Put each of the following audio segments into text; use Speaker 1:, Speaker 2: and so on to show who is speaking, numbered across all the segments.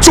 Speaker 1: 足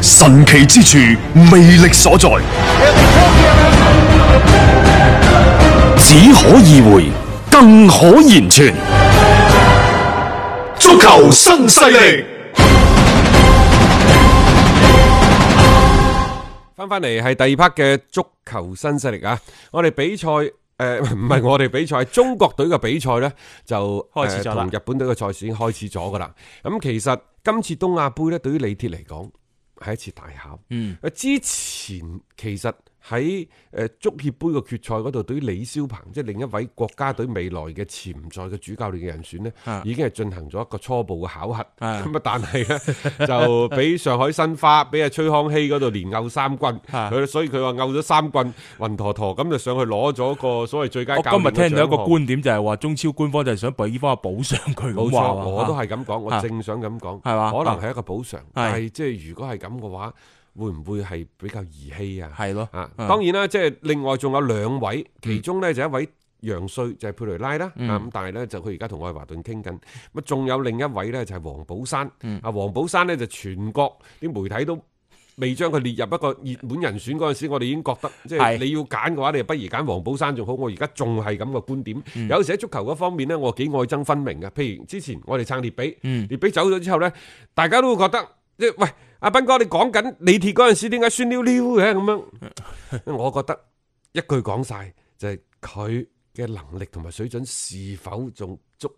Speaker 1: 神奇之處，魅力所在，
Speaker 2: 只可意會，更可言傳。
Speaker 1: 足球新勢力。
Speaker 3: 翻翻嚟係第二 part 嘅足球新勢力啊！我哋比賽誒 唔係我哋比賽，中國隊嘅比賽呢，就
Speaker 4: 開始
Speaker 3: 誒
Speaker 4: 咗
Speaker 3: 同、
Speaker 4: 啦
Speaker 3: 日本隊嘅賽事已經開始咗噶啦。咁、其實今次東亞杯呢，對於李鐵嚟講係一次大考。嗯，之前其實喺誒足協杯嘅決賽嗰度，對於李霄鵬即係另一位國家隊未來嘅潛在嘅主教練嘅人選呢，
Speaker 4: 啊
Speaker 3: 已經係進行咗一個初步嘅考核。
Speaker 4: 啊
Speaker 3: 咁啊，但係呢，就俾上海申花、俾阿崔康熙嗰度連毆三棍，
Speaker 4: 啊
Speaker 3: 佢所以佢話毆咗三棍暈陀陀，咁就上去攞咗個所謂最佳
Speaker 4: 我
Speaker 3: 教練
Speaker 4: 今日聽到一個
Speaker 3: 個
Speaker 4: 觀點就係話，中超官方就係想俾翻個補償佢
Speaker 3: 冇
Speaker 4: 咁話
Speaker 3: 錯，
Speaker 4: 喎
Speaker 3: 我都
Speaker 4: 嚇
Speaker 3: 係咁講，我
Speaker 4: 啊
Speaker 3: 正想咁講，
Speaker 4: 係嘛
Speaker 3: 可能係一個補償，但係即係如果係咁嘅話，會唔會係比較兒戲啊？
Speaker 4: 係咯
Speaker 3: 啊，
Speaker 4: 啊嗯
Speaker 3: 當然啦，即係另外仲有兩位，其中呢就一位楊帥就係佩雷拉啦，啊咁但係呢，就佢而家同愛華頓傾緊，咁啊仲有另一位呢，就係黃寶山，
Speaker 4: 嗯
Speaker 3: 啊黃寶山呢，就全國啲媒體都。未將佢列入一個熱門人選嗰陣時，我哋已經覺得即係
Speaker 4: 係
Speaker 3: 你要揀嘅話，你不如揀黃寶山仲好。我而家仲係咁嘅觀點。
Speaker 4: 嗯
Speaker 3: 有時喺足球嗰方面呢，我幾愛憎分明嘅。譬如之前我哋撐列比，
Speaker 4: 嗯
Speaker 3: 列比走咗之後呢，大家都會覺得即係喂阿斌哥，你講緊李鐵嗰陣時點解酸溜溜嘅咁樣？ 我覺得一句講晒就係佢嘅能力同埋水準是否仲足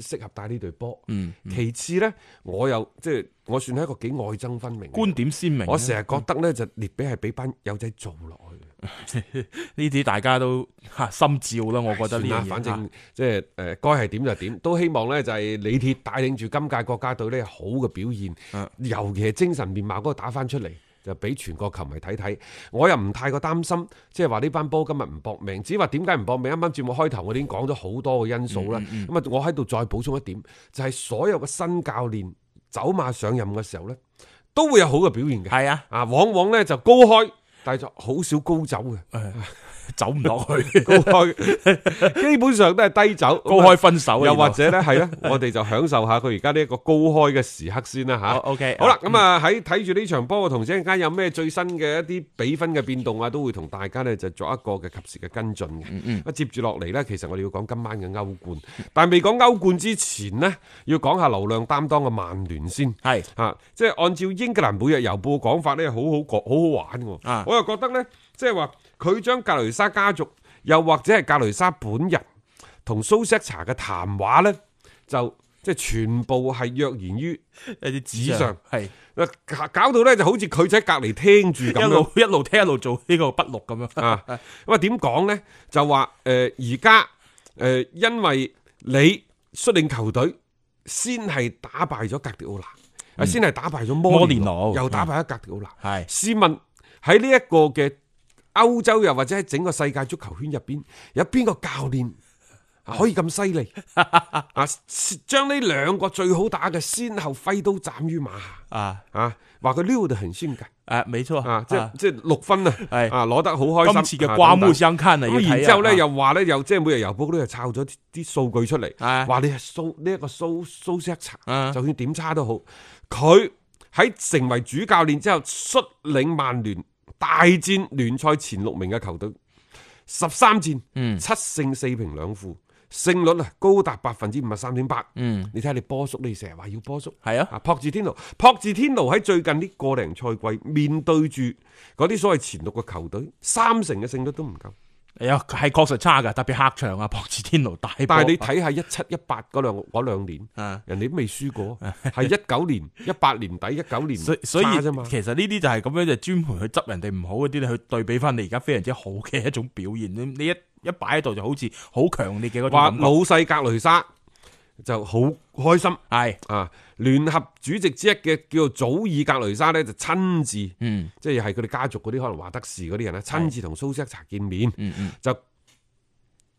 Speaker 3: 適合帶呢隊波。
Speaker 4: 嗯
Speaker 3: 其次呢，我又即係我算係一個幾愛憎分明嘅人。
Speaker 4: 觀點鮮明啊。
Speaker 3: 我成日覺得呢，就列比係俾班友仔做落去嘅。
Speaker 4: 呢啲大家都嚇心照啦，我覺得呢
Speaker 3: 算
Speaker 4: 樣
Speaker 3: 啦
Speaker 4: 嘢。啊
Speaker 3: 反
Speaker 4: 嚇
Speaker 3: 正即係誒該係點就點，都希望呢，就係李鐵帶領住今屆國家隊呢，有好嘅表現，
Speaker 4: 啊
Speaker 3: 尤其係精神面貌嗰個打翻出嚟。就俾全國球迷睇睇，我又唔太過擔心，即係話呢班波今日唔搏命，只係話點解唔搏命？啱啱節目開頭我哋已經講咗好多嘅因素
Speaker 4: 嗯
Speaker 3: 啦。咁啊、我喺度再補充一點，就係、所有嘅新教練走馬上任嘅時候呢，都會有好嘅表現嘅。
Speaker 4: 係啊，
Speaker 3: 啊，往往咧就高開，但係就好少高走 嘅，
Speaker 4: 走唔落去，
Speaker 3: 高開基本上都係低走，
Speaker 4: 高開分手啊
Speaker 3: 又或
Speaker 4: 原來
Speaker 3: 者咧係咧，我哋就享受下佢而家呢一個高開嘅時刻先啦吓。
Speaker 4: 好，OK，
Speaker 3: 好啦，
Speaker 4: 嗯
Speaker 3: 咁啊喺睇住呢場波嘅同時間，間有咩最新嘅一啲比分嘅變動啊，都會同大家呢就作一個嘅及時嘅跟進嘅。
Speaker 4: 嗯
Speaker 3: 咁啊接住落嚟呢，其實我哋要講今晚嘅歐冠，但係未講歐冠之前呢，要講下流量擔當嘅曼聯先。
Speaker 4: 係
Speaker 3: 啊，即係按照英格蘭每日郵報嘅講法咧，好好講，好好玩喎。
Speaker 4: 啊
Speaker 3: 我又覺得咧，即係話佢將格雷莎家族，又或者係格雷莎本人同蘇斯查嘅談話咧，就即係全部係躍然於
Speaker 4: 一啲
Speaker 3: 紙
Speaker 4: 紙
Speaker 3: 上
Speaker 4: 上係
Speaker 3: 嗱搞搞到咧就好似佢就喺隔離聽住咁
Speaker 4: 一
Speaker 3: 樣
Speaker 4: 路一路聽一路做呢個筆錄咁樣。
Speaker 3: 啊。咁啊點講咧？就話呃誒而家誒，因為你率領球隊先係打敗咗格迪奧拿，啊先係打敗咗摩
Speaker 4: 嗯摩
Speaker 3: 連
Speaker 4: 連
Speaker 3: 奴，
Speaker 4: 奴啊
Speaker 3: 又打敗咗格迪奧拿。
Speaker 4: 係
Speaker 3: 試問哎喺呢一個嘅歐洲又或者喺整個世界足球圈入邊，有邊個教練
Speaker 4: 嗯
Speaker 3: 啊可以咁犀利 啊？將呢兩個最好打嘅先後揮刀斬於馬下
Speaker 4: 啊
Speaker 3: 啊！話佢溜得很先㗎
Speaker 4: 誒，沒錯
Speaker 3: 啊！即即六分啊，
Speaker 4: 係
Speaker 3: 啊攞得好開心。
Speaker 4: 哎今次嘅刮目相看啊！
Speaker 3: 啊
Speaker 4: 要
Speaker 3: 等等咁
Speaker 4: 睇啊
Speaker 3: 然之後咧，
Speaker 4: 啊
Speaker 3: 又話咧，又即係每日郵報都又抄咗啲啲數據出嚟，
Speaker 4: 啊
Speaker 3: 話你係蘇呢一個蘇蘇斯克查，
Speaker 4: 啊
Speaker 3: 就算點差都好，佢喺成為主教練之後，率領曼聯大戰聯賽前六名嘅球隊，十三戰七
Speaker 4: 嗯
Speaker 3: 勝四平兩負，勝率啊高達百分之五十三點八。
Speaker 4: 嗯
Speaker 3: 你睇下你波叔，你成日話要波叔，
Speaker 4: 係啊
Speaker 3: 啊，朴智天奴，朴智天奴喺最近呢個零賽季面對住嗰啲所謂前六嘅球隊，三成嘅勝率都唔夠。
Speaker 4: 係啊，係確實差㗎，特別客場啊，博士天奴大 波。
Speaker 3: 但係你睇下一七一八嗰兩嗰兩年，
Speaker 4: 啊
Speaker 3: 人哋都未輸過，係一九年、 一八年底、一九年
Speaker 4: 所以所以
Speaker 3: 差啫嘛。
Speaker 4: 其實呢啲就係咁樣就專門去執人哋唔好嗰啲咧，去對比翻你而家非常之好嘅一種表現。你你一一擺喺度就好似好強烈嘅嗰種
Speaker 3: 話
Speaker 4: 感覺。
Speaker 3: 老細格雷莎就好開心
Speaker 4: 係
Speaker 3: 啊！聯合主席之一嘅叫做祖爾格雷莎呢，就親自，
Speaker 4: 嗯
Speaker 3: 即係係佢哋家族嗰啲可能華德士嗰啲人咧，親自同蘇斯克查見面，就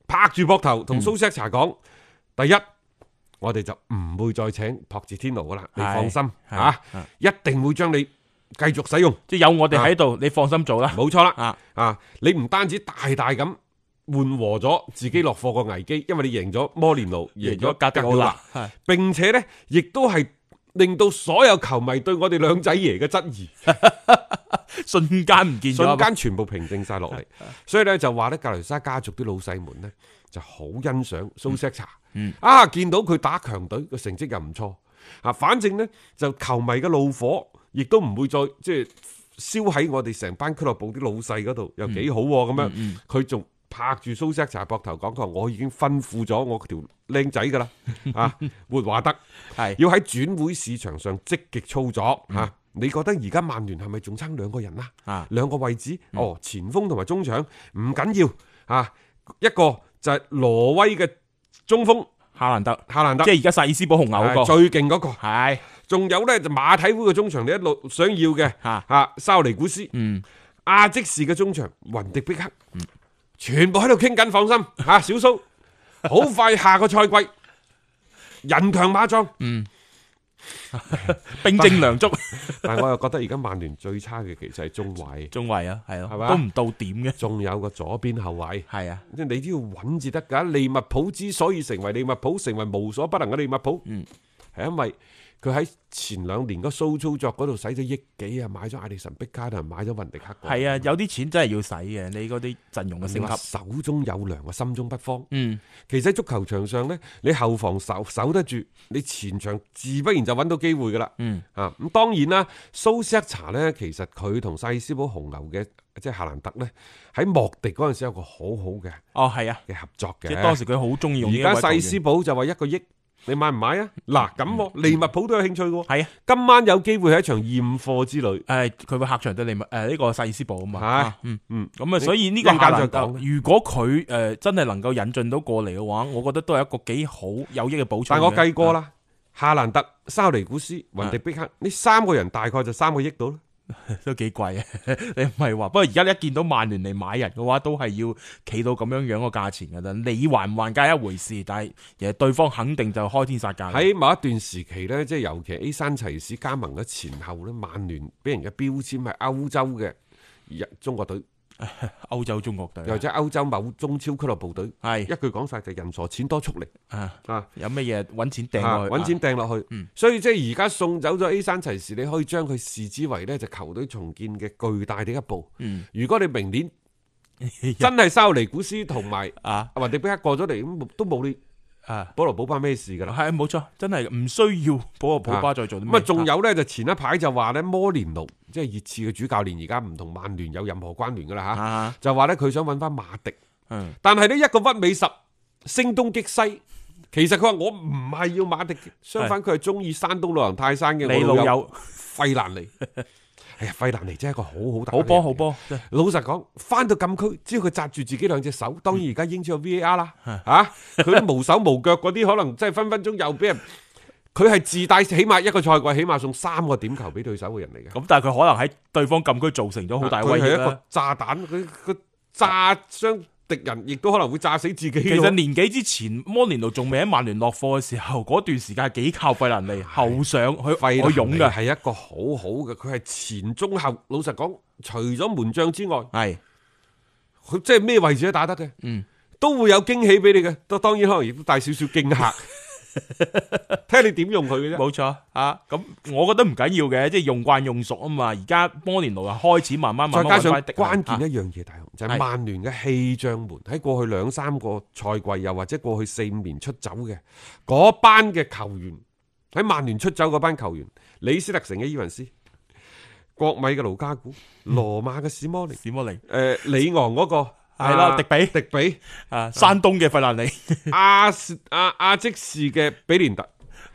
Speaker 3: 拍住膊頭
Speaker 4: 嗯
Speaker 3: 同蘇斯克查講：第一，我哋就唔會再請朴智天奴噶啦，你
Speaker 4: 係
Speaker 3: 放心
Speaker 4: 係
Speaker 3: 啊
Speaker 4: 係，
Speaker 3: 一定會將你繼續使用。
Speaker 4: 即係有我哋喺
Speaker 3: 啊
Speaker 4: 度，你放心做啦。
Speaker 3: 冇錯啦，
Speaker 4: 啊
Speaker 3: 啊你唔單止大大咁緩和咗自己落貨個危機，因為你贏咗摩連奴，贏咗格迪奧拿，
Speaker 4: 係
Speaker 3: 並且呢，亦都係令到所有球迷對我哋兩仔爺嘅質疑，
Speaker 4: 瞬間唔見咗，啊
Speaker 3: 瞬間全部平靜晒 落嚟。所以呢，就話呢，格雷沙家族啲老細們呢，就好欣
Speaker 4: 嗯
Speaker 3: 賞蘇斯查，啊，見到佢打強隊個成績又唔錯，啊，反正呢，就球迷嘅怒火，亦都唔會再即係。燒喺我哋成班俱樂部啲老細嗰度，又幾好喎、
Speaker 4: 嗯
Speaker 3: 咁樣。佢仲拍住蘇斯克查膊頭講：佢話我已經吩咐咗我條僆仔 㗎啦，啊，活華德
Speaker 4: 係嗯
Speaker 3: 要喺轉會市場上積極操作嚇。啊你覺得而家曼聯係咪仲差兩個人啊？
Speaker 4: 啊
Speaker 3: 兩個位置，哦，前鋒同埋中場唔緊要啊，一個就係挪威嘅中鋒
Speaker 4: 夏蘭特，
Speaker 3: 夏蘭德，哎
Speaker 4: 即係而家薩爾斯堡紅牛
Speaker 3: 係
Speaker 4: 個，
Speaker 3: 最勁嗰個。
Speaker 4: 係
Speaker 3: 仲有咧就馬體會嘅中場，你一路想要嘅
Speaker 4: 嚇
Speaker 3: 嚇沙尼古斯，
Speaker 4: 嗯
Speaker 3: 亞積士嘅中場雲迪碧克，全部喺度傾緊，放心嚇，小蘇，好快下個賽季人強馬壯，
Speaker 4: 嗯冰晶涼足，
Speaker 3: 但係我又覺得而家曼聯最差嘅其實係 中衞，
Speaker 4: 中衞啊，係
Speaker 3: 係
Speaker 4: 咯，
Speaker 3: 嘛
Speaker 4: 都唔到點嘅，
Speaker 3: 仲有個左邊後衞。
Speaker 4: 係啊，
Speaker 3: 即係你都要揾至得㗎。利物浦之所以成為利物浦，成為無所不能嘅利物浦，係、
Speaker 4: 嗯
Speaker 3: 因為佢喺前兩年嗰騷操作嗰度使咗億幾啊，買咗艾利臣碧卡同埋買咗雲迪克。
Speaker 4: 係啊，有啲錢真係要使嘅，你嗰啲陣容嘅
Speaker 3: 你
Speaker 4: 升
Speaker 3: 話
Speaker 4: 級，
Speaker 3: 手中有糧，我心中不慌。
Speaker 4: 嗯，
Speaker 3: 其實喺足球場上呢，你後防守守得住，你前場自不然就揾到機會㗎啦。
Speaker 4: 嗯，
Speaker 3: 啊咁當然啦，蘇斯克查呢，其實佢同細斯堡紅牛嘅即係夏蘭特呢，喺莫迪嗰陣時有個好好嘅
Speaker 4: 哦係啊，
Speaker 3: 嘅合作嘅。
Speaker 4: 即係當時佢好中意用呢一位
Speaker 3: 而家
Speaker 4: 球員
Speaker 3: 細斯堡就話一個億，你買唔買啊？嗱咁喎，利物浦都有興趣喎。
Speaker 4: 係啊，
Speaker 3: 今晚有機會係一場驗貨之旅。
Speaker 4: 誒佢會客場對利物誒呢個細斯堡啊嘛，
Speaker 3: 係
Speaker 4: 啊嗯
Speaker 3: 嗯
Speaker 4: 咁啊，所以呢個
Speaker 3: 一陣
Speaker 4: 夏
Speaker 3: 間
Speaker 4: 蘭
Speaker 3: 再講
Speaker 4: 特，如果佢誒真係能夠引進到過嚟嘅話，我覺得都係一個幾好有啊益嘅補充嘅。
Speaker 3: 但我計過啦，夏蘭特、沙尼古斯、雲迪碧克呢三個人大概就三個億到啦。
Speaker 4: 都幾貴啊！ 你唔係話，不過而家一見到曼聯嚟買人嘅話，都係要企到咁樣樣個價錢㗎啦。你還唔還價一回事，但係其實對方肯定就開天殺價。
Speaker 3: 喺某一段時期呢，即係尤其 A 山齊士加盟嘅前後呢，曼聯俾人嘅標籤係歐洲嘅日中國隊，
Speaker 4: 歐洲中國隊
Speaker 3: 又或者歐洲某中超俱樂部隊。一
Speaker 4: 係
Speaker 3: 句講晒就係人傻錢多速力
Speaker 4: 啊，
Speaker 3: 啊！
Speaker 4: 有乜嘢揾錢掟
Speaker 3: 啊
Speaker 4: 落去？嗯
Speaker 3: 揾 錢掟落去。所以即係而家送走咗 A 山齊士，你可以將佢視之為呢就球隊重建嘅巨大的一步。
Speaker 4: 嗯
Speaker 3: 如果你明年真係沙尼古斯同埋
Speaker 4: 哎啊
Speaker 3: 雲迪比克過咗嚟，咁都冇你
Speaker 4: 啊！
Speaker 3: 保羅保巴咩事㗎啦。
Speaker 4: 係冇錯，真係唔需要 保個普巴再做啲咩
Speaker 3: 咁啊，仲有呢，就前一排就話呢，摩連奴即係熱刺嘅主教練，而家唔同曼聯有任何關聯㗎啦吓，
Speaker 4: 啊，
Speaker 3: 就話呢，佢想揾翻馬迪，
Speaker 4: 嗯
Speaker 3: 但係呢，一個屈美十，聲東擊西。其實佢話我唔係要馬迪嘅，相反佢係中意山東魯能泰山嘅
Speaker 4: 你
Speaker 3: 我
Speaker 4: 老友
Speaker 3: 費蘭尼， 哎呀，費蘭尼真係一個好好打嘅
Speaker 4: 好波
Speaker 3: 人
Speaker 4: 好。波，
Speaker 3: 老實講，翻到禁區，只要佢扎住自己兩隻
Speaker 4: 嗯
Speaker 3: 手，當然而家英超有 VAR 啦，嚇佢都無手無腳嗰啲，可能真係分分鐘又俾人。佢係自帶起碼一個賽季，起碼送三個點球俾對手嘅人嚟嘅。
Speaker 4: 咁但係佢可能喺對方禁區造成咗好大威
Speaker 3: 啊佢係
Speaker 4: 脅
Speaker 3: 一
Speaker 4: 啦
Speaker 3: 個。炸彈，佢佢炸傷敵人，亦都可能會炸死自己咯。
Speaker 4: 其實年幾之前，摩連奴仲未喺曼聯落課嘅時候，嗰段時間係幾靠費蘭尼後上去
Speaker 3: 費
Speaker 4: 我勇嘅，
Speaker 3: 係一個好好嘅，佢係前中後。老實講，除咗門將之外，
Speaker 4: 係
Speaker 3: 佢即係咩位置都打得嘅，嗯，都會有驚喜俾你嘅。都當然可能亦都帶少少驚 嚇，睇下你點用佢嘅啫。
Speaker 4: 冇錯啊。咁我覺得唔緊要嘅，即係用慣用熟啊嘛。而家摩連奴啊開始慢慢
Speaker 3: 再
Speaker 4: 慢慢
Speaker 3: 加上
Speaker 4: 揾返啲
Speaker 3: 關鍵
Speaker 4: 啊
Speaker 3: 一樣嘢，大雄就係
Speaker 4: 係
Speaker 3: 曼聯嘅氣象門喺過去兩三個賽季，又或者過去四五年出走嘅嗰班嘅球員，喺曼聯出走嗰班球員，李斯特城嘅伊雲斯，國米嘅盧加古，羅馬嘅史摩尼，
Speaker 4: 史摩寧
Speaker 3: 誒里昂嗰個
Speaker 4: 嗯係啦
Speaker 3: 啊
Speaker 4: 迪比
Speaker 3: 迪比。
Speaker 4: 啊，山東嘅費蘭尼
Speaker 3: 阿阿阿即士嘅比連特，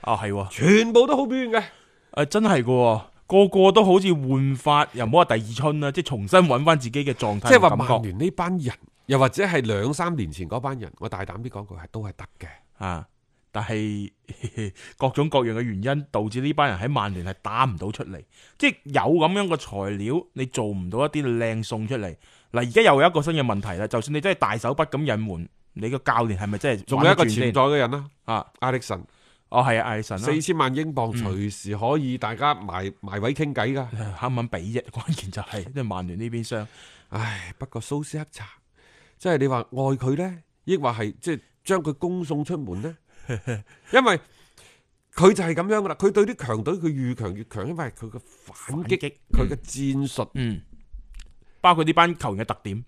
Speaker 4: 啊係喎，
Speaker 3: 全部都好表現嘅。
Speaker 4: 誒啊真係嘅喎，個個都好似換法，又唔好話第二春啦，即係重新揾翻自己嘅狀態
Speaker 3: 即係話
Speaker 4: 同感
Speaker 3: 曼
Speaker 4: 覺
Speaker 3: 聯呢班人，又或者係兩三年前嗰班人，我大膽啲講句係都係得嘅。
Speaker 4: 啊。但係 各種各樣嘅原因導致呢班人喺曼聯係打唔到出嚟，即係有咁樣嘅材料，你做唔到一啲靚送出嚟。嗱，而家又有一個新嘅問題啦，就算你真係大手筆咁引援，你個教練係咪真係
Speaker 3: 仲有一個
Speaker 4: 玩得轉
Speaker 3: 潛
Speaker 4: 先
Speaker 3: 在嘅人啦，嗯
Speaker 4: 啊？
Speaker 3: 艾力神
Speaker 4: 哦，係啊，艾神啦，
Speaker 3: 四千萬英鎊隨時可以大家埋埋位傾偈㗎。
Speaker 4: 肯唔肯俾啫？關鍵就係即係曼聯呢邊傷。
Speaker 3: 唉，不過蘇斯克查，即係你話愛佢呢，抑或係即係將佢恭送出門 呢？因為佢就係咁樣噶啦，佢對啲強隊佢越強越強，因為佢嘅反
Speaker 4: 反
Speaker 3: 擊
Speaker 4: 擊、
Speaker 3: 佢嘅戰術。
Speaker 4: 嗯，包括呢班球員嘅特點，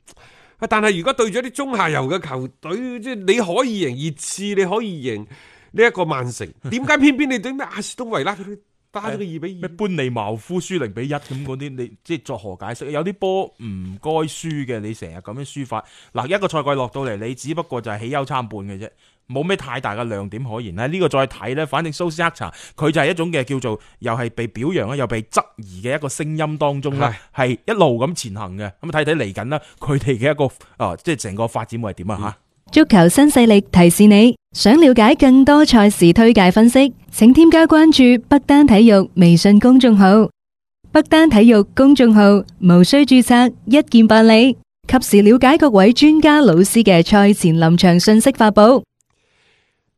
Speaker 3: 啊但係如果對咗啲中下游嘅球隊，即係你可以贏熱刺，你可以贏呢一個曼城， 點解偏偏你對咩阿士東維拉佢哋打咗個二比
Speaker 4: 咩
Speaker 3: 二？
Speaker 4: 班尼茅夫輸零比一咁嗰啲，你即係作何解釋？有啲波嗯唔該輸嘅，你成日咁樣輸法，嗱一個賽季落到嚟，你只不過就係喜憂參半嘅啫，冇咩太大嘅亮點可言啦。呢、個再睇呢，反正蘇斯克查佢就係一種嘅叫做又係被表揚啦，啊又被質疑嘅一個聲音當中啦，係一路咁前行嘅。咁啊睇睇嚟緊啦，佢哋嘅一個啊、即係成個發展會係點啊
Speaker 3: 嗯
Speaker 4: 吓？
Speaker 5: 足球新勢力提示你，想了解更多賽事推介分析，請添加關注北單體育微信公眾號。北單體育公眾號無需註冊，一鍵辦理，及時了解各位專家老師嘅賽前臨場信息發布。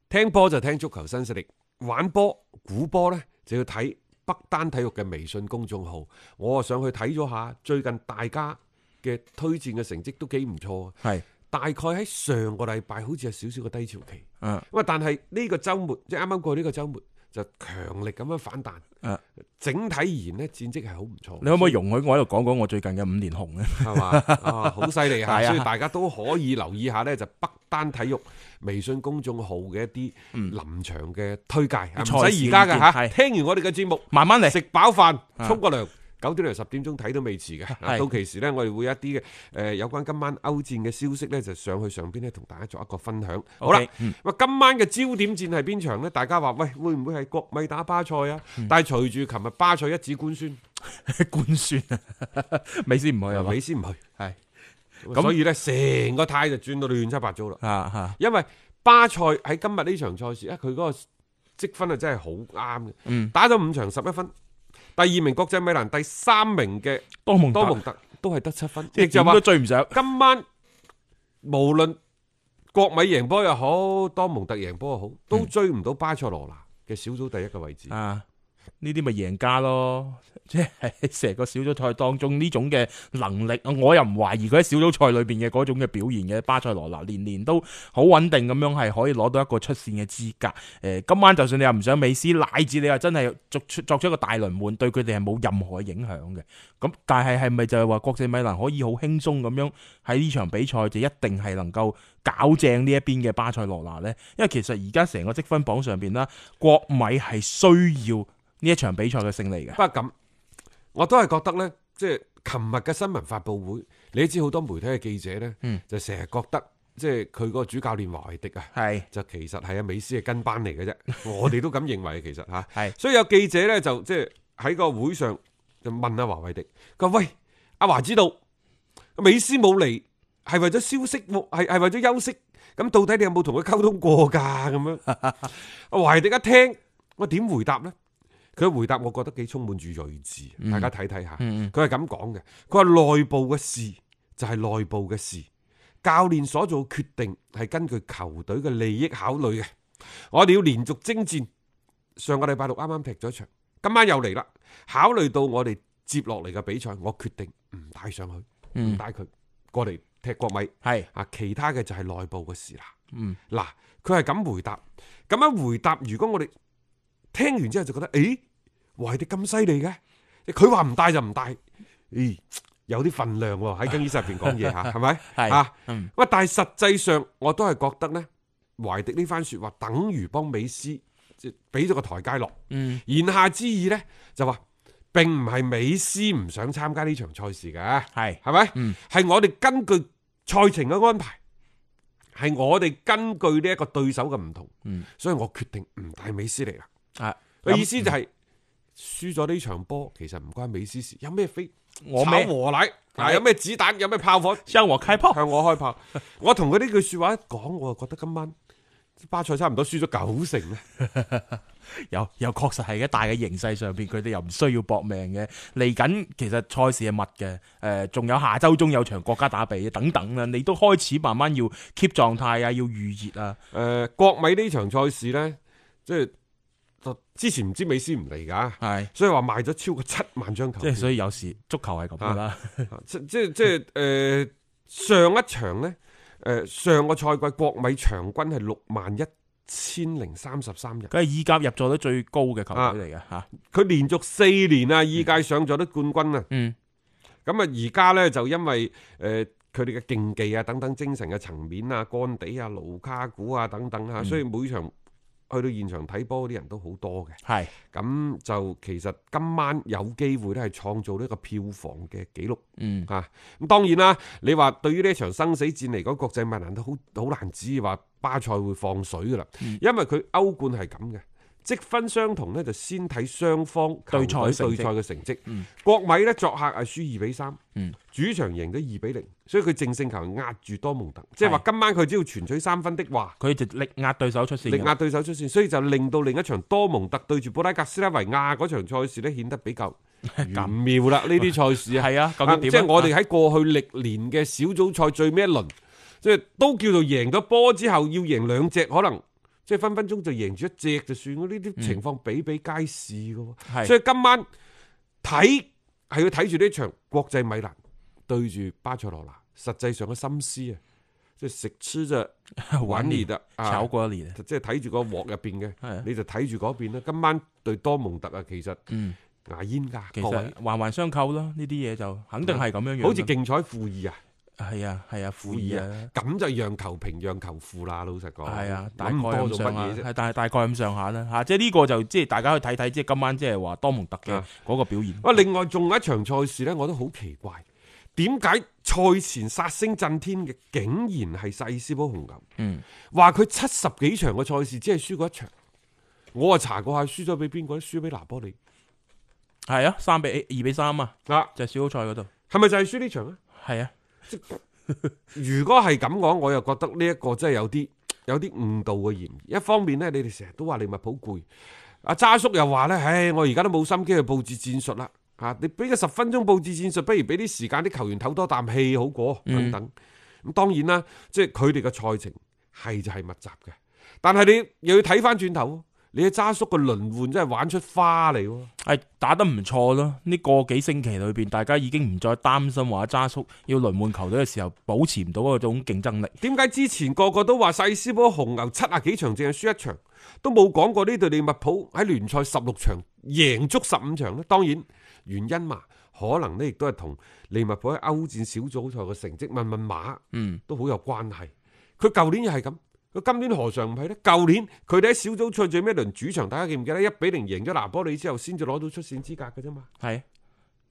Speaker 3: 聽波就聽足球新勢力，玩波估波呢就要睇北單體育嘅微信公眾號。我啊上去睇咗下，最近大家嘅推薦嘅成績都幾唔錯。
Speaker 4: 係
Speaker 3: 大概喺上個禮拜好似有少少個低潮期。
Speaker 4: 嗯
Speaker 3: 咁啊，但係呢個週末即係啱啱過呢個週末就強力咁樣反彈。
Speaker 4: 嗯
Speaker 3: 整體而言呢，戰績係好唔錯。
Speaker 4: 你可唔可以容許我喺度講講我最近嘅 五連紅咧？
Speaker 3: 係嘛？啊，好犀利 嚇！
Speaker 4: 係啊
Speaker 3: 所以大家都可以留意下呢，就北單體育微信公眾號嘅一啲臨場嘅推介，啊唔使
Speaker 4: 嗯賽事
Speaker 3: 而家嘅
Speaker 4: 意見
Speaker 3: 嚇。
Speaker 4: 係
Speaker 3: 聽完我哋嘅節目，
Speaker 4: 慢慢嚟。
Speaker 3: 食飽飯，
Speaker 4: 啊
Speaker 3: 沖個涼。九點零十點鐘睇都未遲嘅，啊
Speaker 4: 係
Speaker 3: 到期時呢，我哋會有一啲嘅誒有關今晚歐戰嘅消息呢，就上去上邊呢，同大家作一個分享。好啦
Speaker 4: OK，嗯，
Speaker 3: 喂，今晚嘅焦點戰係邊場呢？大家話喂，會唔會係國米打巴塞啊？
Speaker 4: 嗯
Speaker 3: 但係隨住琴日巴塞一紙官宣，
Speaker 4: 官宣 啊，美斯唔去啊嘛
Speaker 3: 美，斯唔去，
Speaker 4: 係
Speaker 3: 咁所以呢，成個態就轉到亂七八糟啦。
Speaker 4: 啊吓，
Speaker 3: 因為巴塞喺今日呢場賽事啊，佢嗰個積分啊真係好啱嘅，
Speaker 4: 嗯
Speaker 3: 打咗五場十一分，第二名國際米蘭，第三名嘅
Speaker 4: 多蒙
Speaker 3: 多
Speaker 4: 多
Speaker 3: 蒙
Speaker 4: 蒙，
Speaker 3: 特都係得七分，
Speaker 4: 即
Speaker 3: 亦
Speaker 4: 係
Speaker 3: 就
Speaker 4: 點
Speaker 3: 話
Speaker 4: 都追唔上，
Speaker 3: 今晚無論國米贏波又好，多蒙特贏波又好，都追唔到巴塞羅那嘅小組第一嘅位置。
Speaker 4: 啊！呢啲咪贏家咯， 即係喺成個小組賽當中呢種嘅能力，我又唔懷疑佢喺小組賽裏邊嘅嗰種嘅表現嘅。巴塞羅那年年都好穩定咁樣係可以攞到一個出線嘅資格。誒、呃今晚就算你又唔想美斯，乃至你又真係作出作出一個大輪換，對佢哋係冇任何嘅影響嘅。咁但係係咪就係話國際米蘭可以好輕鬆咁樣喺呢場比賽就一定係能夠搞正呢一邊嘅巴塞羅那呢？因為其實而家成個積分榜上邊啦，國米係需要呢一場比賽嘅勝利嘅。
Speaker 3: 不過咁，我都係覺得呢，即係琴日嘅新聞發佈會，你知好多媒體嘅記者呢，
Speaker 4: 嗯
Speaker 3: 就成日覺得即係佢個主教練華維迪啊。
Speaker 4: 係
Speaker 3: 就其實係阿美斯嘅跟班嚟嘅 啫，我哋都咁認為嘅其實嚇。
Speaker 4: 係
Speaker 3: 所以有記者咧就即係喺個會上就問阿華維迪，佢話：喂，阿華知道美斯冇嚟係為咗消息喎，係係為咗休息，咁到底你有冇同佢溝通過㗎？咁樣， 阿華維迪一聽，我點回答咧？佢嘅回答我覺得幾充滿住睿智，大家睇睇下，
Speaker 4: 嗯嗯
Speaker 3: 佢係咁講嘅，佢話內部嘅事就係內部嘅事。教練所做決定係根據球隊嘅利益考慮嘅。我哋要連續征戰。上個禮拜六啱啱踢咗一場，今晚又嚟啦。考慮到我哋接落嚟嘅比賽，我決定唔帶上去，唔
Speaker 4: 嗯
Speaker 3: 帶佢過嚟踢國米。
Speaker 4: 係
Speaker 3: 啊，其他嘅就係內部嘅事啦。
Speaker 4: 嗯
Speaker 3: 嗱，佢係咁回答，咁樣回答。如果我哋聽完之後就覺得，誒，懷迪咁犀利嘅，佢話唔帶就唔帶，咦，有啲份量喎、喺更衣室入邊講嘢 嚇，係咪？
Speaker 4: 係
Speaker 3: 啊
Speaker 4: 嗯
Speaker 3: 喂，但係實際上我都係覺得呢，懷迪呢番説話等於幫美斯即係俾咗個台階落。
Speaker 4: 嗯
Speaker 3: 言下之意呢，就話並唔係美斯唔想參加呢場賽事嘅，
Speaker 4: 係
Speaker 3: 係咪？
Speaker 4: 嗯
Speaker 3: 係我哋根據賽程嘅安排，係我哋根據呢一個對手嘅唔同，
Speaker 4: 嗯
Speaker 3: 所以我決定唔帶美斯嚟啦。
Speaker 4: 啊！
Speaker 3: 佢意思就係、輸咗呢場波，其實唔關美斯事，有咩飛
Speaker 4: 我
Speaker 3: 炒
Speaker 4: 咩
Speaker 3: 和奶，啊有咩子彈，有咩炮火
Speaker 4: 向我開炮，
Speaker 3: 向我開炮。我同佢呢句説話一講，我就覺得今晚巴塞差唔多輸咗九成啊 咧。
Speaker 4: 有有確實係嘅，大嘅形勢上邊佢哋又唔需要搏命嘅。嚟緊其實賽事係密嘅，誒、呃仲有下周中有場國家打比等等啦，你都開始慢慢要 keep 狀態啊，要預熱啊，
Speaker 3: 誒、國米呢場賽事呢，即係之前唔知美斯唔嚟㗎，
Speaker 4: 係
Speaker 3: 所以話賣咗超過七萬張球
Speaker 4: 即係
Speaker 3: 票。
Speaker 4: 所以有時足球係咁噶
Speaker 3: 啊
Speaker 4: 啦，
Speaker 3: 即即即係誒、上一場呢，誒、上個賽季國米場均係六萬一千零三十三人，
Speaker 4: 佢係意甲入座率最高嘅球
Speaker 3: 啊
Speaker 4: 隊嚟嘅嚇，
Speaker 3: 佢連續四年啊，意界上咗得冠軍啊。
Speaker 4: 嗯，
Speaker 3: 咁啊，而家呢，就因為誒佢哋嘅競技啊等等精神嘅層面啊，干地啊、盧卡古啊等等啊，所以每場去到現場睇波嗰啲人都好多嘅。
Speaker 4: 係
Speaker 3: 咁就其實今晚有機會咧係創造呢個票房嘅紀錄
Speaker 4: 嗯
Speaker 3: 嚇。咁、當然啦，你話對於呢一場生死戰嚟講，國際米蘭都好好難指話巴塞會放水噶啦，
Speaker 4: 嗯
Speaker 3: 因為佢歐冠係咁嘅。積分相同呢，就先睇雙方
Speaker 4: 對賽
Speaker 3: 球隊
Speaker 4: 成
Speaker 3: 對
Speaker 4: 績
Speaker 3: 賽嘅成績。國米呢，作客係輸二比三、
Speaker 4: 嗯
Speaker 3: 主場贏咗二比零，所以佢淨勝球壓住多蒙特，即係話今晚佢只要全取三分的話，
Speaker 4: 佢就力壓對手出線㗎
Speaker 3: 力
Speaker 4: 啦。
Speaker 3: 壓對手出線，所以就令到另一場多蒙特對住布拉格斯拉維亞嗰場賽事咧，顯得比 較玄妙啦。呢啲賽事
Speaker 4: 係啊究竟點啊
Speaker 3: 即係我哋喺過去歷年嘅小組賽最尾一輪，即係都叫做贏咗波之後，要贏兩隻，可能即係分分鐘就贏住一隻就算咯。呢啲情況比比皆是嘅喎，
Speaker 4: 係
Speaker 3: 所以今晚睇係要睇住呢場國際米蘭對住巴塞羅那，實際上嘅心思啊，即係食吃就 玩你得啊
Speaker 4: 炒過一年，
Speaker 3: 即係睇住個鑊入邊
Speaker 4: 係啊
Speaker 3: 嘅，你就睇住嗰邊啦。今晚對多蒙特啊，其實
Speaker 4: 嗯，
Speaker 3: 牙煙㗎，
Speaker 4: 其
Speaker 3: 各
Speaker 4: 實
Speaker 3: 位
Speaker 4: 環環相扣啦，呢啲嘢就肯定係咁樣樣啦。
Speaker 3: 好似競彩負二啊，
Speaker 4: 係啊係啊，負
Speaker 3: 負
Speaker 4: 二
Speaker 3: 二啊。，
Speaker 4: 啊
Speaker 3: 咁就讓球平讓球負啦。老實講，
Speaker 4: 系啊，大
Speaker 3: 諗
Speaker 4: 概
Speaker 3: 哦咁多做
Speaker 4: 咁
Speaker 3: 乜
Speaker 4: 上下，
Speaker 3: 嘢
Speaker 4: 系
Speaker 3: 啫？
Speaker 4: 但係大概咁上下啦吓，即係呢個就即係大家去睇睇，即係今晚即係話多蒙特嘅
Speaker 3: 啊
Speaker 4: 嗰個表現。
Speaker 3: 啊，另外仲有一場賽事呢，我都好奇怪，點解賽前殺聲震天嘅，竟然係細斯堡紅牛？
Speaker 4: 嗯，
Speaker 3: 話佢七十幾場嘅賽事只係輸過一場，我啊查過下，輸咗俾邊個咧？輸俾拿波利
Speaker 4: 係啊，三比二比三啊，
Speaker 3: 啊，
Speaker 4: 就係小組賽嗰度。
Speaker 3: 係咪就係輸呢場啊？
Speaker 4: 係啊，
Speaker 3: 如果係咁講，我又覺得呢一個真係有啲有啲誤導嘅嫌疑。一方面呢，你哋成日都話利物浦攰，阿渣叔又話呢：「唉，我而家都冇心機去佈置戰術啦。啊，你俾個十分鐘佈置戰術，不如俾啲時間啲球員唞多啖氣好過等等。咁、當然啦，即係佢哋嘅賽程係就係密集嘅，但係你又要睇翻轉頭，你嘅渣叔嘅輪換真係玩出花嚟喎。
Speaker 4: 係打得唔錯咯。呢個幾星期裏边，大家已經唔再擔心話渣叔要輪換球隊嘅時候保持唔到嗰種競爭力。
Speaker 3: 點解之前個個都話細斯波紅牛七啊幾場淨係輸一場，都冇講過呢隊利物浦喺聯賽十六場贏足十五場呢？當然原因嘛，可能呢亦都係同利物浦喺歐戰小組賽嘅成績問問馬，
Speaker 4: 嗯，
Speaker 3: 都好有關係。佢舊年又係咁，佢今年何嘗唔係呢？舊年佢哋喺小組賽最尾一輪主場，大家記唔記得一比零贏咗拿波里之後，先至攞到出線資格嘅啫嘛。
Speaker 4: 係啊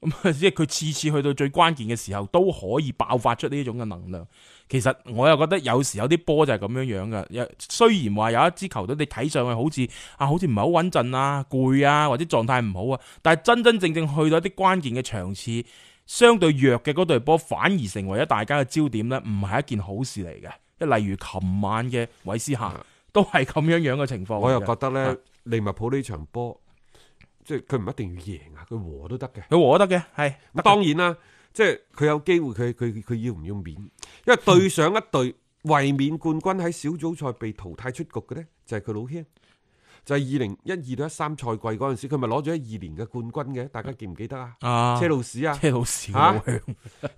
Speaker 4: 咁 即係佢次次去到最關鍵嘅時候，都可以爆發出呢種嘅能量。其實我又覺得有時有啲波就係咁樣樣嘅。有雖然話有一支球隊你睇上去好似啊，好似唔係好穩陣啊、攰啊，或者狀態唔好啊，但係真真正正去到一啲關鍵嘅場次，相對弱嘅嗰隊波反而成為咗大家嘅焦點呢，唔係一件好事嚟嘅。即係例如琴晚嘅韋斯夏都係咁樣樣嘅情況嚟嘅。
Speaker 3: 我又覺得
Speaker 4: 啊
Speaker 3: 呢，利物浦呢場波，即係佢唔一定要贏啊，佢和都得嘅。
Speaker 4: 佢和得嘅，係
Speaker 3: 咁當 然啦，即係佢有機會，佢佢佢要唔要面？因為對上一隊衛冕冠軍喺小組賽被淘汰出局嘅呢，就係佢老軒，就係二零一二到一三賽季嗰陣時，佢咪攞咗一二年嘅冠軍嘅，大家記唔記得啊？
Speaker 4: 啊，
Speaker 3: 車路士啊，
Speaker 4: 車路士
Speaker 3: 嚇
Speaker 4: 喎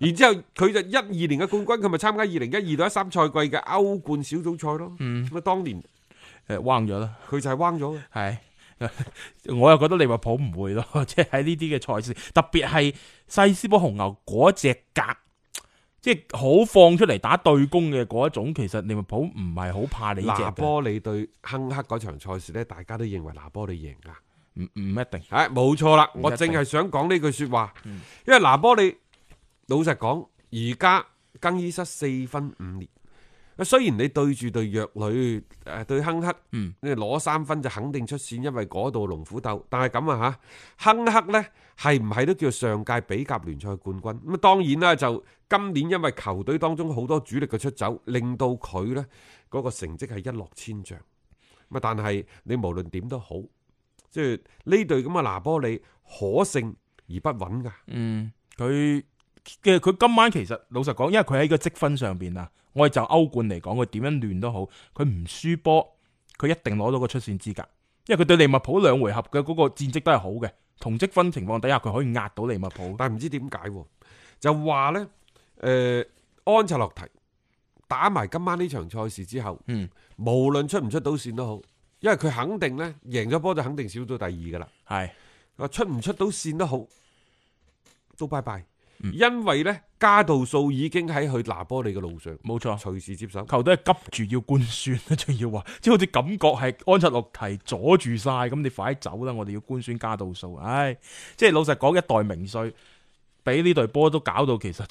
Speaker 3: 然之後佢就一二年嘅冠軍，佢咪參加二零一二到一三賽季嘅歐冠小組賽咯。
Speaker 4: 嗯
Speaker 3: 咁啊，當年
Speaker 4: 誒彎咗啦。
Speaker 3: 佢就係彎咗嘅。
Speaker 4: 系， 我又覺得利物浦唔會咯， 即係喺呢啲嘅賽事，特別係細斯波紅牛嗰只格，即係好放出嚟打對攻嘅嗰一種，其實利物浦唔係好怕你呢只
Speaker 3: 拿
Speaker 4: 嘅，
Speaker 3: 波利對亨克嗰場賽事呢，大家都認為拿波利贏㗎。
Speaker 4: 唔唔一定。
Speaker 3: 唉，哎冇錯啦，
Speaker 4: 唔一定嗯
Speaker 3: 我正係想講呢句说話，因為拿波利老實講，而家更衣室四分五裂，雖然你對住對弱旅，誒對亨克，
Speaker 4: 嗯
Speaker 3: 你攞三分就肯定出線，因為嗰度龍虎鬥。但係咁啊吓，亨克呢係唔係都叫上屆比甲聯賽冠軍？咁啊當然啦，就今年因為球隊當中好多主力嘅出走，令到佢呢嗰個成績係一落千丈。咁啊，但係你無論點都好，即係呢隊咁嘅拿波里可勝而不穩㗎。
Speaker 4: 嗯，佢嘅佢今晚其實老實講，因為佢喺個積分上邊啊，我哋就歐冠嚟講，佢點樣亂都好，佢唔輸波，佢一定攞到個出線資格，因為佢對利物浦兩回合嘅嗰個戰績都係好嘅，同積分情況底下佢可以壓到利物浦。
Speaker 3: 但係唔知點解喎，就話呢，誒、安察洛提打埋今晚呢場賽事之後，
Speaker 4: 嗯，
Speaker 3: 無論出唔出到線都好，因為佢肯定呢，贏咗波就肯定少到第二噶啦。
Speaker 4: 係
Speaker 3: 話出唔出到線都好，都拜拜，
Speaker 4: 嗯
Speaker 3: 因為呢，加道數已經喺去拿波利嘅路上，
Speaker 4: 冇錯，
Speaker 3: 隨時接手。
Speaker 4: 球隊係急住要官宣啦，仲要話，即係好似感覺係安察洛提阻住晒，咁你快啲走啦，我哋要官宣加倒數，唉，即係老實講，一代名帥俾呢隊波都搞到其實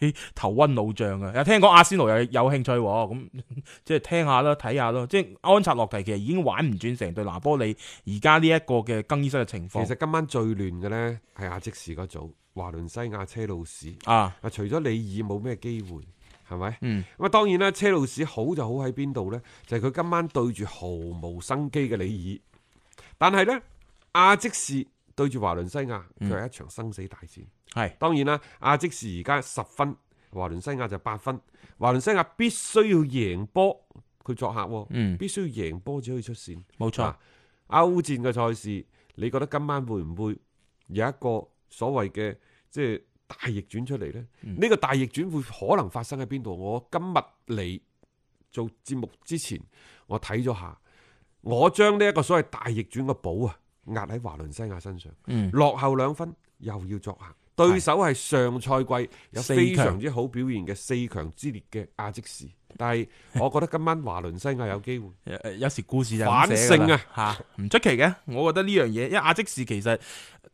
Speaker 4: 幾頭暈腦脹啊！又聽講阿仙奴又有興趣喎，咁即係聽下啦，睇下咯，即係安察洛提其實已經玩唔轉成隊拿波利而家呢一個嘅更衣室嘅情
Speaker 3: 其
Speaker 4: 況
Speaker 3: 實今晚最亂嘅呢，係亞積士嗰組，華倫西亞、車路士。
Speaker 4: 啊，
Speaker 3: 啊，除咗里爾冇咩機會，係咪？
Speaker 4: 嗯，
Speaker 3: 咁啊，當然啦，車路士好就好喺邊度呢？就係、佢今晚對住毫無生機嘅里爾，但係呢，亞積士對住華倫西亞，
Speaker 4: 嗯
Speaker 3: 佢係一場生死大戰。
Speaker 4: 係
Speaker 3: 當然啦，亞積士而家十分，華倫西亞就八分，華倫西亞必須要贏波，佢作客喎，
Speaker 4: 嗯
Speaker 3: 必須要贏波至可以出線。
Speaker 4: 冇錯
Speaker 3: 啊，歐戰嘅賽事，你覺得今晚會唔會有一個所謂嘅即係大逆轉出嚟呢？嗯呢、個大逆轉會可能發生喺邊度？我今日嚟做節目之前，我睇咗下，我將呢一個所謂大逆轉嘅寶啊，壓喺華倫西亞身上，
Speaker 4: 嗯
Speaker 3: 落後兩分又要作客。對手係上賽季有
Speaker 4: 四
Speaker 3: 非
Speaker 4: 強
Speaker 3: 常之好表現嘅四強之列嘅亞積士，但係我覺得今晚華倫西亞有機會。
Speaker 4: 有呃有有時故事就咁寫㗎啦嚇，啊唔出奇嘅。我覺得呢樣嘢，因為亞積士其實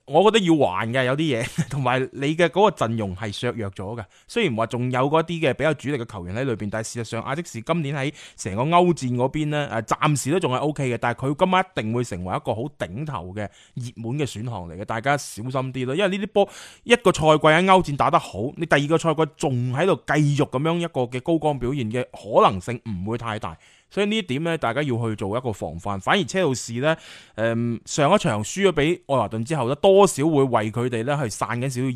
Speaker 4: 我覺得要還嘅有啲嘢， 同埋你嘅嗰個陣容係削弱咗嘅。雖然話仲有嗰啲嘅比較主力嘅球員喺裏邊，但係事實上亞積士今年喺成個歐戰嗰邊咧，誒暫時都仲係 O K 嘅，但係佢今晚一定會成為一個好頂頭嘅熱門嘅選項嚟嘅，大家小心啲咯。因為呢啲波一個賽季喺歐戰打得好，你第二個賽季仲喺度繼續咁樣一個嘅高光表現嘅可能性唔會太大。所以呢一點咧，大家要去做一個防範。反而車路士呢，誒、嗯上一場輸咗俾愛華頓之後呢，多少會為佢哋呢去散緊少少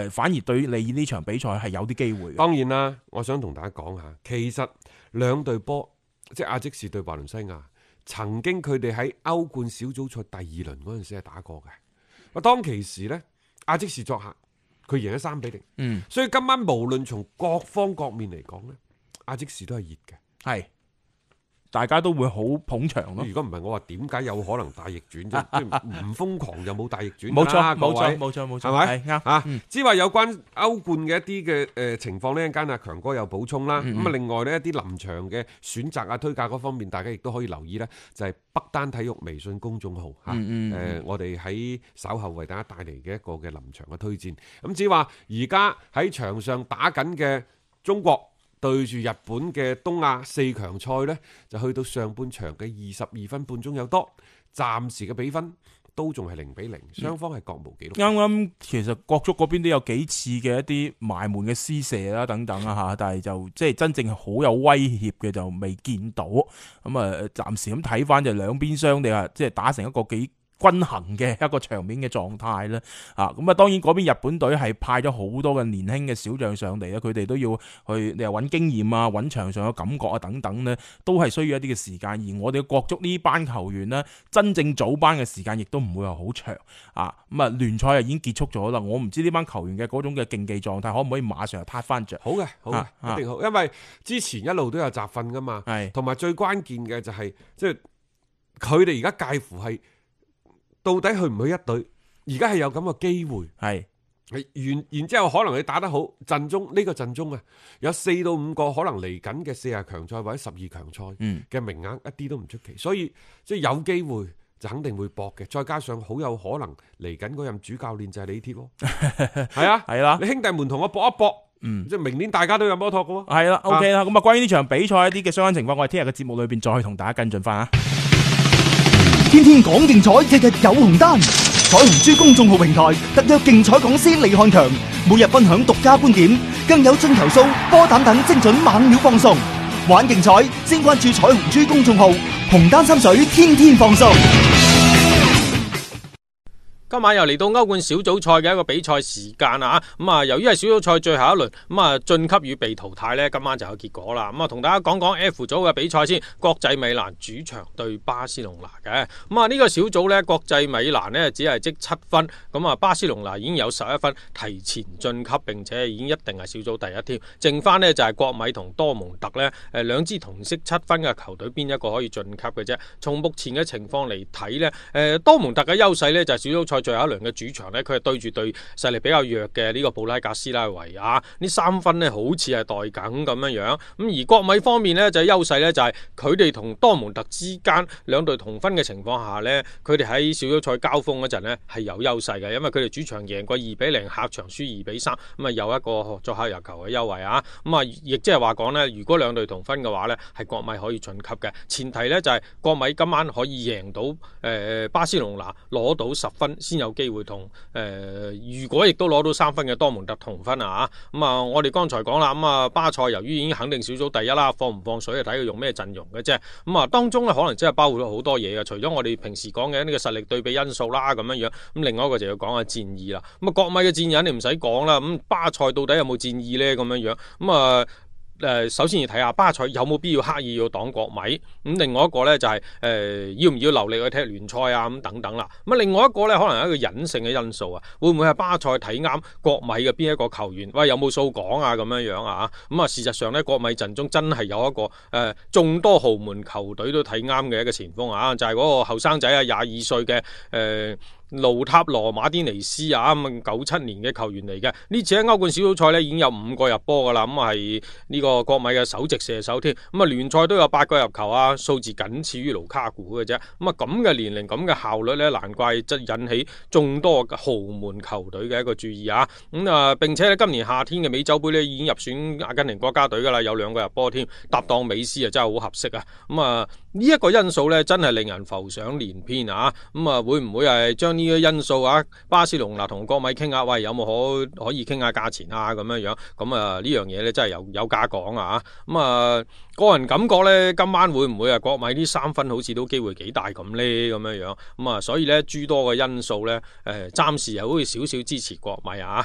Speaker 4: 熱，誒、反而對利爾呢場比賽係有啲機會嘅。
Speaker 3: 當然啦，我想同大家講下，其實兩隊波，即係阿積士對華倫西亞，曾經佢哋喺歐冠小組賽第二輪嗰陣時係打過嘅。我當其時呢，阿積士作客，佢贏咗三比零。
Speaker 4: 嗯，
Speaker 3: 所以今晚無論從各方各面嚟講呢，阿積士都係熱嘅。
Speaker 4: 係，大家都會好捧場咯。
Speaker 3: 如果唔係，我話點解有可能大逆 轉啫？即係唔瘋狂就冇大逆轉㗎啦。
Speaker 4: 冇錯，
Speaker 3: 各
Speaker 4: 冇錯，
Speaker 3: 位
Speaker 4: 冇錯，冇錯，
Speaker 3: 係咪
Speaker 4: 係啱
Speaker 3: 啊
Speaker 4: 嗯，
Speaker 3: 之話有關歐冠嘅一啲嘅誒情況呢，一陣間阿強哥有補充啦。
Speaker 4: 嗯
Speaker 3: 咁啊，另外呢，一啲臨場嘅選擇啊、推介嗰方面，大家亦都可以留意呢，就係北單體育微信公眾號嚇。
Speaker 4: 嗯嗯
Speaker 3: 誒，我哋喺稍後為大家帶嚟嘅一個嘅臨場嘅推薦。咁只話而家喺場上打緊嘅中國。對住日本嘅東亞四強賽呢，就去到上半場嘅二十二分半鐘有多，暫時嘅比分都仲係零比
Speaker 4: 嗯
Speaker 3: 零，雙方係各無紀錄。
Speaker 4: 啱啱其實國足嗰邊都有幾次嘅一啲埋門嘅施射啦等等啊嚇，但係就即係真正好有威脅嘅就未見到。咁啊，暫時咁睇翻就兩邊相你話即係打成一個幾均衡嘅一個場面嘅狀態啦。啊，咁啊當然嗰邊日本隊係派咗好多嘅年輕嘅小將上嚟啦，啊佢哋都要去你話揾經驗啊、揾場上嘅感覺啊等等呢，都係需要一啲嘅時間。而我哋嘅國足呢班球員呢，真正組班嘅時間亦都唔會話好長。啊，咁啊聯賽啊已經結束咗啦，我唔知呢班球員嘅嗰種嘅競技狀態可唔可以馬上就撻翻着？
Speaker 3: 好嘅，好
Speaker 4: 啊啊
Speaker 3: 嘅，一定好，因為之前一路都有集訓噶嘛，
Speaker 4: 係
Speaker 3: 同埋最關鍵嘅就係即係佢哋而家介乎係到底去唔去一隊，而家係有咁嘅機會，
Speaker 4: 係
Speaker 3: 係然然之後可能你打得好，陣中呢、個陣中啊，有四到五個可能嚟緊嘅四十強賽或者十二強賽
Speaker 4: 嗯
Speaker 3: 嘅名額一啲都唔出奇，所以即係有機會。就肯定會搏嘅，再加上好有 可能嚟緊嗰任主教練就係李鐵喎，係啊，
Speaker 4: 係啦，
Speaker 3: 你兄弟們同我搏一搏，
Speaker 4: 嗯。
Speaker 3: 即係明年大家都有摩托嘅喎。
Speaker 4: 系啦，OK 啦，咁啊，關於呢場比賽一啲嘅相關情況，我哋聽日嘅節目裏边再同大家跟進翻啊。
Speaker 6: 天天講競彩，日日有紅單。彩虹珠公眾號平台特約競彩講師李漢強，每日分享獨家觀點，更有進球數、波膽等精準猛料放送。玩競彩，先關注彩虹珠公眾號，紅單心水，天天放送。
Speaker 7: 今晚又嚟到歐冠小組賽嘅一個比賽時間啦嚇，咁啊由於係小組賽最後一輪，咁啊晉級與被淘汰呢，今晚就有結果啦。咁啊同大家講講 F 組嘅比賽先，國際米蘭主場對巴塞隆拿嘅，咁啊呢個小組呢，國際米蘭呢只係積七分，咁啊巴塞隆拿已經有十一分，提前晉級並且已經一定係小組第一添，剩翻呢就係國米同多蒙特呢，誒兩支同積七分嘅球隊邊一個可以晉級嘅啫？從目前嘅情況嚟睇呢，誒、呃多蒙特嘅優勢呢，就係、小組賽最後一輪嘅主場呢，佢係對住對勢力比較弱嘅呢個布拉格斯拉維亞，呢三分呢，好似係待緊咁樣樣。咁而國米方面呢，就係優勢呢，就係佢哋同多蒙特之間兩隊同分嘅情況下呢，佢哋喺小組賽交鋒嗰陣呢，係有優勢嘅，因為佢哋主場贏過二比零，客場輸二比三，咁啊有一個作客入球嘅優惠啊。咁啊，亦即係話講呢，如果兩隊同分嘅話呢，係國米可以晉級嘅。前提呢，就係、國米今晚可以贏到誒、呃巴塞隆拿攞到十分，先有機會同誒、呃如果亦都攞到三分嘅多蒙特同分啊咁啊，我哋剛才講啦，咁啊巴塞由於已經肯定小組第一啦，放唔放水就睇佢用咩陣容嘅啫。咁啊，當中呢，可能真係包括咗好多嘢嘅，除咗我哋平時講嘅呢個實力對比因素啦咁樣樣，咁另外一個就要講下戰意啦。咁啊，國米嘅戰意肯定唔使講啦，咁啊巴塞到底有冇戰意呢？咁樣樣咁啊。誒、首先要睇下巴塞有冇必要刻意要擋國米，咁另外一個呢，就係、誒要唔要留力去踢聯賽啊咁等等啦。咁啊另外一個呢，可能係一個隱性嘅因素啊，會唔會係巴塞睇啱國米嘅邊一個球員？喂，有冇數講啊咁樣樣啊？咁啊事實上呢，國米陣中真係有一個誒、呃眾多豪門球隊都睇啱嘅一個前鋒啊，就係、嗰個後生仔啊，廿二歲嘅誒。呃路塔羅馬丁尼斯啊，咁九七年嘅球員嚟嘅，呢次喺歐冠小組賽呢已經有五個入波噶啦，咁係呢個國米嘅首席射手添，咁啊聯賽都有八個入球啊，數字僅次於盧卡古嘅啫，咁啊咁嘅年齡咁嘅效率呢，難怪即係引起眾多嘅豪門球隊嘅一個注意啊，咁、啊並且呢，今年夏天嘅美洲杯呢已經入選阿根廷國家隊噶啦，有兩個入波添，搭檔美斯啊真係好合適啊，咁啊呢一個因素呢，真係令人浮想聯翩啊！咁啊，會唔會係將呢個因素啊，巴塞隆拿同國米傾下，喂，有冇可可以傾下價錢啊？咁樣樣，咁啊呢樣嘢呢，真係有有價講啊！咁啊，個人感覺呢，今晚會唔會啊國米呢三分好似都機會幾大咁呢？咁樣樣，咁啊，所以呢，諸多嘅因素呢，誒、暫時又好似少少支持國米啊！